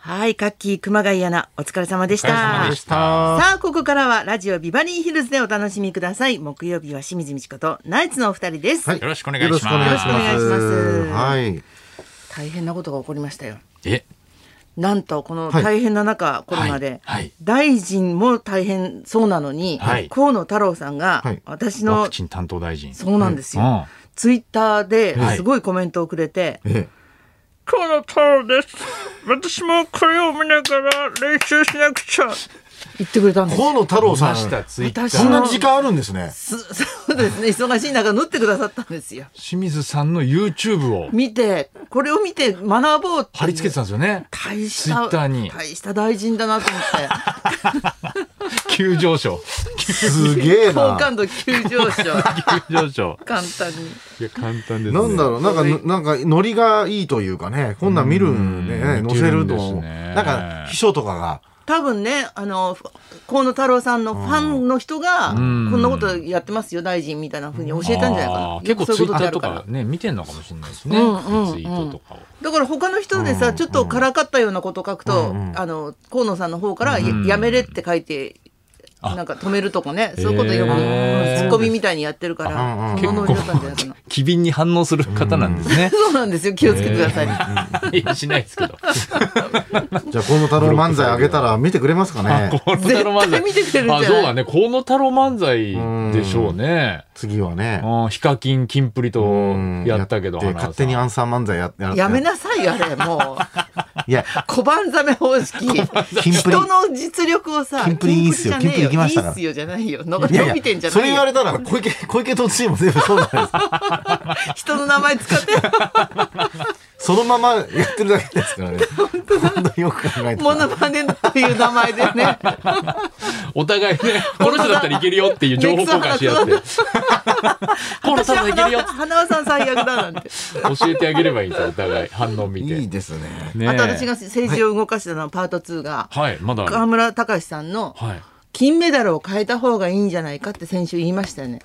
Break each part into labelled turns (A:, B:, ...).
A: はい、カッキー熊谷アナ、お疲れ様でし
B: お疲れ様
A: た
B: で。した。
A: さあ、ここからはラジオビバリーヒルズでお楽しみください。木曜日は清水美智子とナイツのお二人です。
B: よろしくお願い
C: よ
B: しま
C: ろ
B: す
C: しくお願いします。
A: よろしくお願いします
C: はい。
A: 大変なことが起こりましたよ。
B: え、
A: なんと、この
C: はい
A: 大変な中、コロナで、
B: はいはい
A: 大臣も大変そうなのに、
B: はい
A: 河野太郎さんが
C: はい、
A: 私の、
B: ワクチン担当大臣。
A: そうなんですよ。
B: うん
A: ツイッターで
B: はい
A: すごいコメントをくれて、
C: ええ
A: 河野太郎です。私もこれを見ながら練習しなくちゃ。言ってくれたんですよ
C: 河野太郎さん。
B: ツイッタ
A: 私
C: そん
A: の
C: な時間あるんですね。
A: す そうですね忙しい中縫ってくださったんですよ
B: 清水さんの YouTube を
A: 見てこれを見て学ぼうっていう
B: 貼り付けてたんですよね。
A: 大し
B: ツイ
A: た
B: ッターに
A: 大した大臣だ なと思って
B: 急上昇。
C: すげえ
A: 好
C: な。
A: 感度急上 昇
B: 急上昇。
A: 簡単に
B: いや、簡単ですね。
C: なんだろう、なんか、なんか、ノリがいいというかね、こんなん見るんで
B: う
C: ね、
B: ん
C: 載せる
B: 見
C: と
B: てるんです、ね
C: なんか、秘書とかが、
A: 多分ねあのふ河野太郎さんのファンの人がこ
B: ん
A: んなことやってますよ大臣みたいなふうに教えたんじゃないか
B: あ
A: な
B: ー結構
A: そう
B: ツ
A: い
B: イ
A: うこ
B: ッ
A: と
B: タ
A: であるから
B: ーとかね、見てんのかもしれないですね。
A: うんうんうん
B: ツイートとかを。
A: だから他の人でさ、ちょっとからかったようなこと書くと、あの河野さんの方からや,、めれって書いてなんか止めるとかねそういうことよく、
B: へー
A: ツッコミみたいにやってるから、
C: うん
A: そのノリだったんじゃないかな。
B: 機敏に反応する方なんですね。
A: そうなんですよ気をつけてください、
B: いやしないですけど。
C: じゃあ河野太郎漫才あげたら見てくれますか ね、
B: 河野太郎漫
A: 絶
B: 才
A: 対見てくれるんじゃない
B: あ、そうだね。河野太郎漫才でしょうね。
C: 次はね。
B: うん、ヒカキン、キンプリと
C: うん
B: やったけど、
C: やって
B: 花さん
C: 勝手にアンサー漫才や や
A: やめなさいよあれもう
C: いや、
A: 小判ザメ方式
C: キンプリ
A: 人の実力をさ
C: キンプリいいっすよ
A: キンプリじゃねえ
C: キンプリ行きましたか
A: いい
C: ら
A: っすよじゃないよの伸
C: いやいや
A: びてんじゃ
C: そ
A: な
C: れ
A: い
C: 言わ
A: よ
C: れたら小池、小池都知事も全部そうじゃないですか。
A: 人の名前使って
C: そのままやってるだけで すからね。本当によく考えて
A: モノマネという名前で ね
B: お互いね、この人だったらいけるよっていう情報交換し合って。この人
A: 私
B: だ
A: は
B: ったらいけるよっ
A: 花輪さん最悪だなんて
B: て教えてあげればいいんですよ、お互い。反応見て。
C: いいですね。
B: ねえ
A: あと私が政治を動かしたのはパート2が、
B: はい、まだ。
A: 河
B: は
A: 村隆さんの
B: い。
A: 金メダルを変えた方がいいんじゃないかって先週言いましたよね。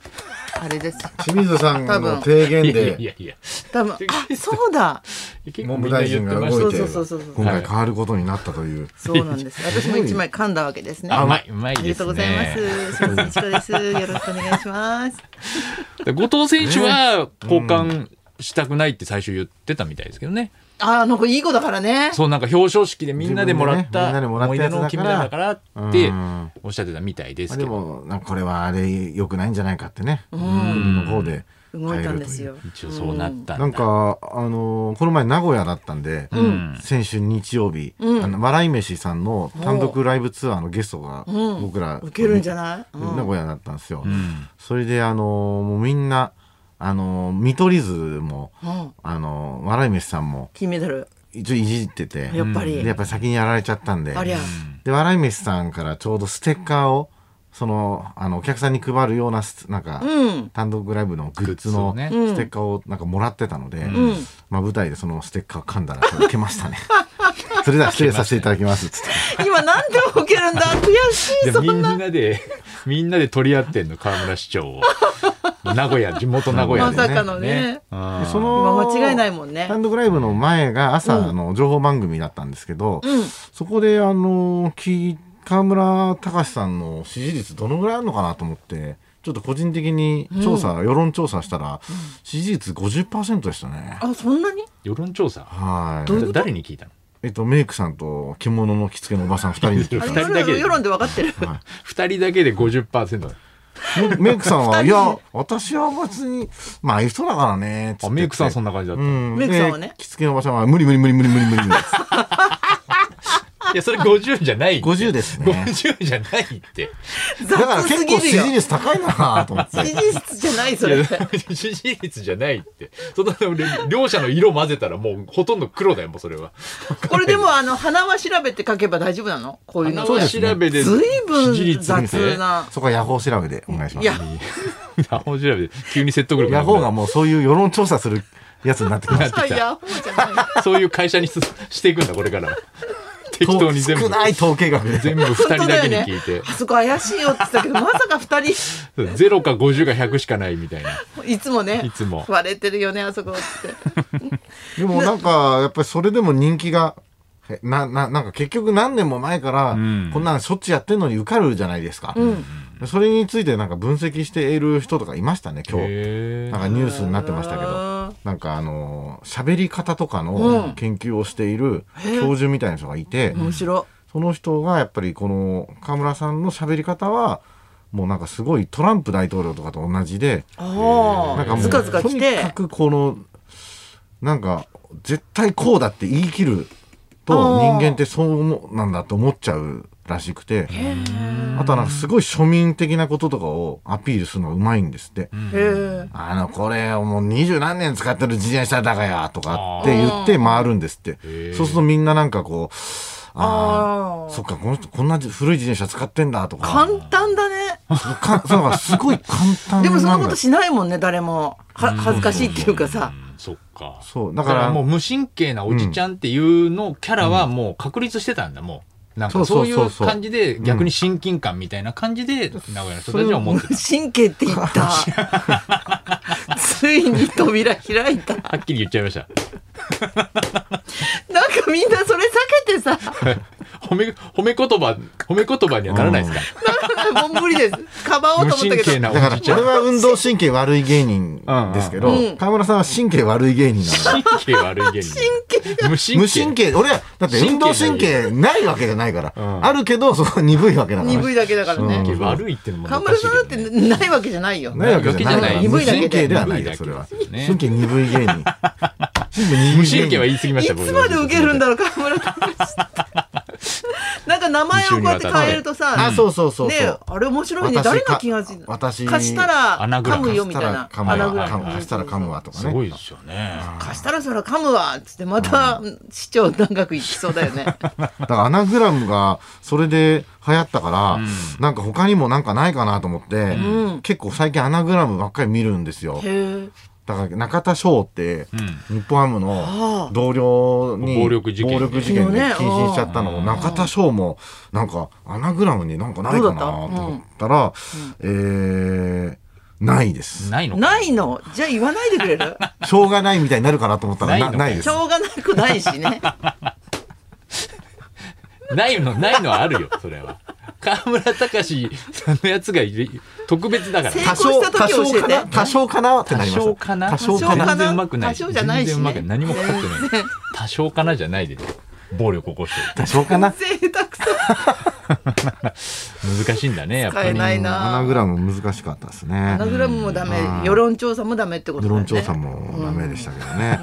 A: あれです。
C: 清水さん
A: 多
C: の
A: 分
C: 提
B: い
C: 言
B: やいやい
C: で
B: やいや。
A: 多分、あ、そうだ。
B: 結構
C: 文
B: み
C: 部
B: んな
C: 大
B: 言
C: 臣
B: って
C: が
B: まし
C: 動い
B: た
C: て
B: よ。
A: そうそうそうそう
C: 今回変わることになったという。
A: そうなんです。私も一枚噛んだわけですね。
B: あうま
A: あ
B: い、うまい
A: り
B: で
A: がと
B: す
A: う
B: ね。
A: ございます。清水美智子です。よろしくお願いします。
B: で後藤選手は交換したくないって最初言ってたみたいですけどね。
A: あ、あの子いい子だからね。
B: そう、なんか表彰式でみんなでもらっ
C: 自分でねみん
B: た
C: なでもら
B: 思
C: っ
B: い
C: た
B: 出
C: や
B: の
C: つだから
B: 金メダルだからって
C: うん
B: おっしゃってたみたいで
C: ますあ
B: け
C: で
B: ど。
C: もなんかこれはあれ良くないんじゃないかってね。の方で変
A: 動い
C: え
A: たん
C: る
A: で
C: と
A: す
C: い
A: よ
C: う。。
B: 一応そうなったんだ。
C: なんかあのーこの前名古屋だったんで
B: ん
C: 先週日曜日あの笑い飯さんの単独ライブツアーのゲストが僕ら
A: 受けるんじゃない、うん
C: 名古屋だったんですよ
B: ん。
C: それであのーもうみんなあのー見取り図も
A: うん
C: あのー笑い飯さんも
A: 金メダル。
C: 一応いじってて
A: やっぱり
C: でやっぱり先にやられちゃったんで
A: ありゃ。
C: で笑い飯さんからちょうどステッカーをそのあのお客さんに配るようなスなんか、
A: うん。
C: 単独ライブのグッズ
B: グ
C: の
B: ッ
C: ス
B: ズ
A: ね
C: テッカーをなんかもらってたので、
A: ん
C: まあ、舞台でそのステッカーを噛んだら受け ましたねそれでは失礼させていただきますっつって
A: 今なんでも受けるんだ。悔しい。
B: で
A: そ
B: み
A: ん
B: ん
A: な。
B: なで、みんなで取り合ってんの、河村市長を。名古屋、地元名古屋
A: ま
B: で、
A: さ
B: ね。
A: かのね。
B: うん
C: そ
A: 今
C: の
A: 間違いないもんね。
C: 単独ライブの前が朝の情報番組だったんですけど、
A: うん。
C: そこであのき河村隆さんの支持率どのぐらいあるのかなと思ってちょっと個人的に調査、世論調査したら、支持率50%でしたね。
A: あ、そんなに
B: 世論調査。
C: はい。
B: 誰に聞いたの
C: えっと、メイクさんと着物の着付けのおばさん2人 に聞い
A: あ
C: た
B: 二
A: れ
C: ら
B: 人だけで
A: 世論で分かってる。
B: 二人だけで50%。
C: メメイクさんは「いや私は別にまあいい人だからね」っつって
B: あ、メイクさんそんな感じだった。
C: う
B: い
C: ん
A: メイクさんはね
C: で着付けのおばさんは「無理無理無理無理無理無理無理」
B: や、それ50じゃない。
C: 50です ね
B: 50じゃないって。
C: だから
A: 雑す
C: 結
A: ぎ
C: 構
A: る
C: 支
A: よ
C: 持。率高いなと思っ
A: 支
C: て
A: 持率じゃないそ
B: いや
A: れ。
B: 支持率じゃないって。その両者の色混ぜたらもうほとんど黒だよ、もうそれは。
A: これでもあの花は調べって書けば大丈夫なの？こういうの。
B: そう調べで。
A: ずいぶん
B: 支持率見て
A: 雑 な
C: そこはヤホー調べでお願いしま
A: い
C: す
A: や、
B: ヤホー調べで急に説得力な
C: ヤ
B: くな
C: ホ
B: る
C: ーがもうそういう世論調査するやつになってきました
B: た
A: ヤホーじゃない。
B: そういう会社にすしていくんだ、これからは。 適当に全部
C: 少、ない統計学で
B: 全部2
A: 本当
B: 人だ
A: だ
B: け
A: よ
B: に
A: ね
B: 聞いて。。
A: あそこ怪しいよって言ってたけど、まさか二人
B: ゼロか50か100しかないみたいな。
A: いつもね、
B: いつも
A: 割れてるよねあそこって。
C: でもなんかやっぱりそれでも人気がへな、な、なんか結局何年も前から、
B: うん
C: こんなんしょっちゅうやってんのに受かるじゃないですか。
A: うん
C: それについてなんか分析している人とかいましたね、今日。
B: へ
C: なんかニュースになってましたけど。なんかあのー喋り方とか
A: うん
C: の研究をしている教授みたいな人がいて、
A: 面白
C: その人がやっぱりこの河村さんの喋り方はもうなんかすごいトランプ大統領とかと同じで、
A: あ
C: なんか
A: あ
C: もう
A: ずかずか
C: と
A: 来
C: に
A: て
C: かくこのなんか絶対こうだって言い切ると人間ってそう思うなんだと思っちゃうらしくてあとはなんかすごい庶民的なこととかをアピールするのがうまいんですって。
A: へえ
C: あの、これをもう二十何年使ってる自転車だがや、とかって言って回るんですって
B: へえ。
C: そうするとみんななんかこう、あ
A: あ
C: あ、
A: あ
C: そっか、この人こんな古い自転車使ってんだとか。
A: 簡単だね
C: かそうだからすごい簡単なんだ
A: でもそんなことしないもんね誰もは恥ずかしいっていうかさ
B: うんそっか
C: そう、
B: だ
C: だ
B: か
C: からら、
B: もう無神経なおじちゃんっていうのキャラはもう確立してたんだもうなんかそうい
C: そう
B: う
C: そうそうそう
B: 感じで逆に親近感みたいな感じで名古屋の人たちは思
A: 無
B: ってた
A: 神経って言った ついに扉開いた
B: はっきり言っちゃいました
A: なんかみんなそれ避けてさ
B: 褒め褒め言葉褒め言葉にはならないですか
A: なんかもう無理ですかばおう
B: 無
A: と思っ
B: 神
A: たけ
B: 経
A: ど
B: な
C: だか
B: おじち
C: ら、
B: ゃん
C: 俺は運動神経悪い芸人ですけ
A: うんうん
C: ど、河村さんは神経悪い芸人なの。
B: 神経悪い芸人無神経
C: 無神経、俺は、だって運動神経ないわけじゃないから、
B: うん
C: あるけど、そこ鈍いわけだから。
A: 鈍いだけだから
B: 神
A: ね
B: 経悪いってのもおか
A: 神村
B: しい
A: さんだっ
B: けどね
A: てないわけじゃないよ
C: ないわけじゃない。
A: 鈍いだけで
C: 無神経ではないよ、それは。神経鈍い芸 人。神経鈍い芸
B: 無
C: 人
B: 神経は言い過ぎま
A: い
B: した
A: つまで受けるんだろう河村隆なんか名前をこうやって変えるとさ
C: あ、そうそうそう
A: ね
C: そう。
A: あれ面白いね
C: 私
A: 誰が気がついた
C: 私
A: 貸したら噛むよみたいな
C: 貸したら噛むわ
B: 穴ぐらい
C: 貸したら噛むわと
B: す
C: か
B: ごい
C: ね。
B: ですよね
A: 貸したらそら噛むわっつってまた市長長く行きそうだよ ね
C: だからアナグラムがそれで流行ったから、なんか他にもなんかないかなと思って、結構最近アナグラムばっかり見るんですよ。
A: へえ
C: だから中田翔って、日本ハムの同僚に
B: 暴力事件で
C: 暴力事件で
A: 昨日ね
C: 謹慎しちゃったのを中田翔もなんかアナグラムになんかないかなと思ったら、えー、ないです。
B: ないのか
A: ないのじゃあ言わないでくれる
C: しょうがないみたいになるかなと思ったら
B: ない
C: な
B: の
C: ないで
A: し
C: す。
A: ょうがなくないし ね
B: ないの、ないのはあるよ、それは。 河村隆さんのやつがいる特別だから。
A: 成功した時教えて
C: 多少かなってなりました。
B: 多少かな
C: 多
A: 多
C: 少か
A: 少か
C: な
B: 全然うまくない。
A: 多少じゃないしね
B: 全然うまくない。何もかかってない。多少かなじゃないで。暴力起こして
C: 多少かな
A: 贅沢さ
B: る。難しいんだね、やっぱ
A: 使え
B: り。
A: ない
C: アナ
A: な
C: グラム難しかったですね
A: ア。ナグラムもダメ
C: うん
A: 世論調査もダメってこと
C: 世
A: だよね
C: 論調査もダメでしたけどね。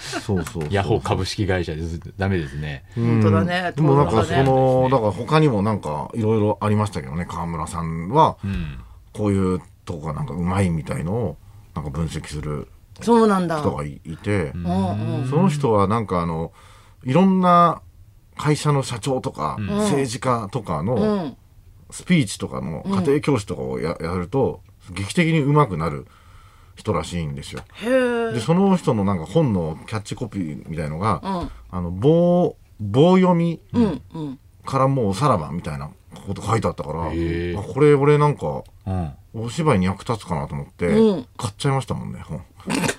C: そうそうそう。
B: ヤホー株式会社です。ダメですね。
A: 本当だね
C: でもなんか
A: 登録
C: そ
A: がね
C: の、だから他にもなんかいろいろありましたけどね、河村さんは、こういうとこがなんかうまいみたいのを、なんか分析する
A: そうなんだ
C: 人がいいて、
A: うんうん
C: その人はなんかあの、いろんな会社の社長とか、政治家とかの、
A: うん
C: スピーチとかの家庭教師とかをや,、やると劇的に上手くなる人らしいんですよ。
A: へえ
C: でその人のなんか本のキャッチコピーみたいのが、
A: うん
C: あの棒棒読み
A: うんうん
C: からもうさらばみたいなこと書いてあったから、あ
B: へえ
C: これ俺なんか
B: うん。
C: お芝居に役立つかなと思って、
A: うん
C: 買っちゃいましたもん ね本。はいなんか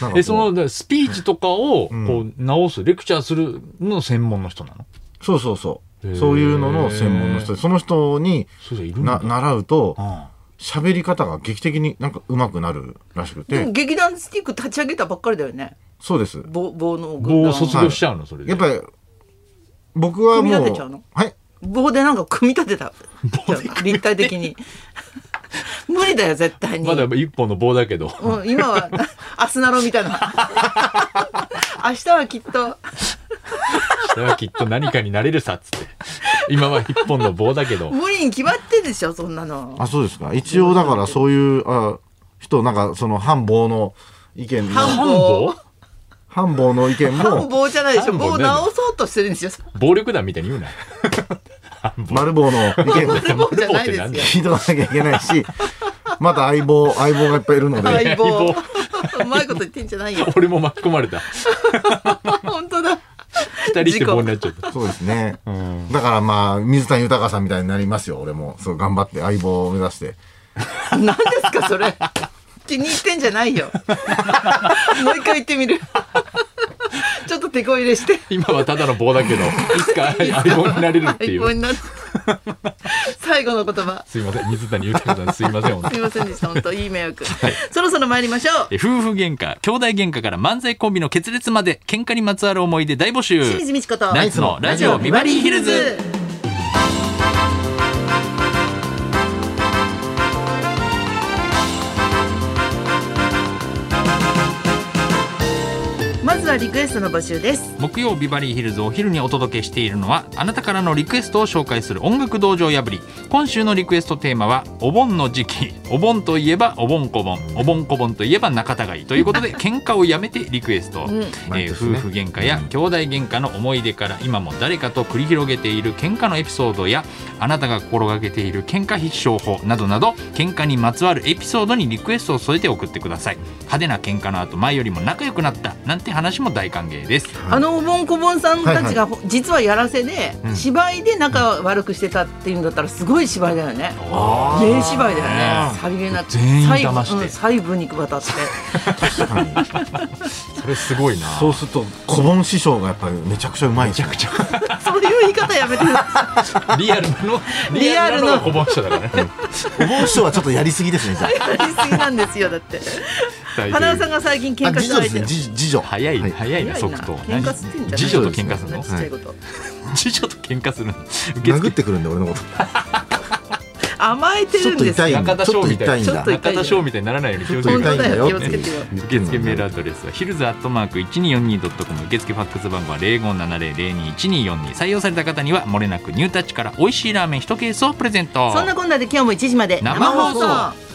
C: こう
B: え、その、だからスピーチとかを、こう、直す、レクチャーするの専門の人なの
C: そうそうそ
B: へえ
C: うそういうのの専門の人でその人に
B: そうじゃいるん
C: な
B: だ。
C: 習うと
B: うん
C: 喋り方が劇的になんか上手くなるらしく
A: でも
C: て
A: 劇団スティック立ち上げたばっかりだよね
C: そうです
A: 棒棒の軍
B: 棒
A: 団
B: を卒業しちゃうの、それで。
C: やっぱり僕は
A: 組み
C: もう
A: 立てちゃうの
C: はい
A: 棒でなんか組み立てた立体的 に無理だよ絶対に
B: まだ一本の棒だけど。
A: うん、今は アスナロみたいな 明日はきっと
B: それはきっと何かになれるさっつって今は一本の棒だけど
A: 無理に決まってんでしょそんなの
C: あそうですか一応だからそういうあ人なんかその反棒の意見も
A: 反
B: 半
A: 棒
B: 棒
C: 反棒の意見
A: 半
C: も
A: 棒じゃないでしょ
B: 半棒
A: 棒
B: ね
A: 直そうとしてるんですよ
B: 暴力団みたいに言うな
C: 丸棒の意見も
A: 丸棒じゃないですよ
B: 丸棒って何だよ
C: 聞いとかなきゃいけないしまた相棒相棒がいっぱいいるので
A: 相棒
B: 棒
A: うまいこと言ってんじゃないよ
B: 俺も巻き込まれた
A: 本当だ
B: 二人して棒になっちゃった
C: そうですねだからまあ水谷豊さんみたいになりますよ俺もそう頑張って相棒を目指して
A: 何ですかそれ 気に入ってんじゃないよもう一回言ってみる ちょっと手こ入れして
B: 今はただの棒だけど、いつか相棒になれるってい
A: 相棒
B: う。
A: になる最後の言葉
B: すいません、水谷豊さん、すいません、本当に
A: すみませんでした本当いい迷惑、そろそろ参りましょう
B: え夫婦喧嘩、兄弟喧嘩から漫才コンビの決裂まで、喧嘩にまつわる思い出大募集。
A: 清水美智子と
B: ナイツのラジオビバリーヒルズ。
A: まずはリクエストの募集です
B: 木曜ビバリーヒルズお昼にお届けしているのはあなたからのリクエストを紹介する音楽道場破り今週のリクエストテーマはお盆の時期 お盆といえばお盆こぼんお盆こぼんといえば仲違いということで喧嘩をやめてリクエスト、
A: ん
B: え
C: 毎
B: ー
C: 年ね
B: 夫婦喧嘩や兄弟喧嘩の思い出から今も誰かと繰り広げている喧嘩のエピソードやあなたが心がけている喧嘩必勝法などなど喧嘩にまつわるエピソードにリクエストを添えて送ってください派手な喧嘩の後前よりも仲良くなったなんて話も大歓迎です
A: あのおぼんこぼんさんたちがほ実はやらせで
B: うん
A: 芝居で仲悪くしてたっていうんだったらすごい芝居だよね
C: あー
A: 芸芝居だよねさりげなく
B: 全員
A: 細
B: 騙して
A: 部うん細部に渡って
B: それすごいな
C: そうすると小盆師匠がやっぱりめちゃくちゃうまいめちゃくちゃ
A: そういう言い方やめてくださ
B: リアルの
A: リアルの
B: こぼしただから ね
C: 小盆師匠はちょっとやりすぎですねじゃあ
A: いやりすぎなんですよだって花尾さんが最近喧
C: あ
A: 嘩
C: 次
A: した
C: 女で
A: 相
C: す
A: 手
C: ね
A: の
C: 次次女
B: 早い、
C: は
B: 早いな
A: 早い
B: 速
A: な
B: 度
A: 喧嘩してんじゃない
B: 次女と喧嘩す
A: そ
B: る
A: ん
B: の
A: なちっちゃいこと
B: 次女と喧嘩するの受
C: 殴っ
B: 付
C: てくるんで俺のこと
A: 甘えて
C: ちょ
A: る
C: っ
A: ん
C: と
A: です
C: 痛
A: よ
C: いん
B: 中
C: だ
B: 田
C: ちょ
B: 翔
C: っと
B: みた
C: 痛
B: い
C: いん
B: な
A: ちょっ
C: だ
A: と痛い
B: 中田翔みたいにならないように気をつけ
A: 本
B: て
A: 当だよ気をつけてよ
B: 受付メールアドレスはヒルズアットマーク 1242.com 受付ファックス番号は0570021242採用された方にはもれなくニュータッチから美味しいラーメン1ケースをプレゼント
A: そんなこんなで今日も1時まで
B: 生放送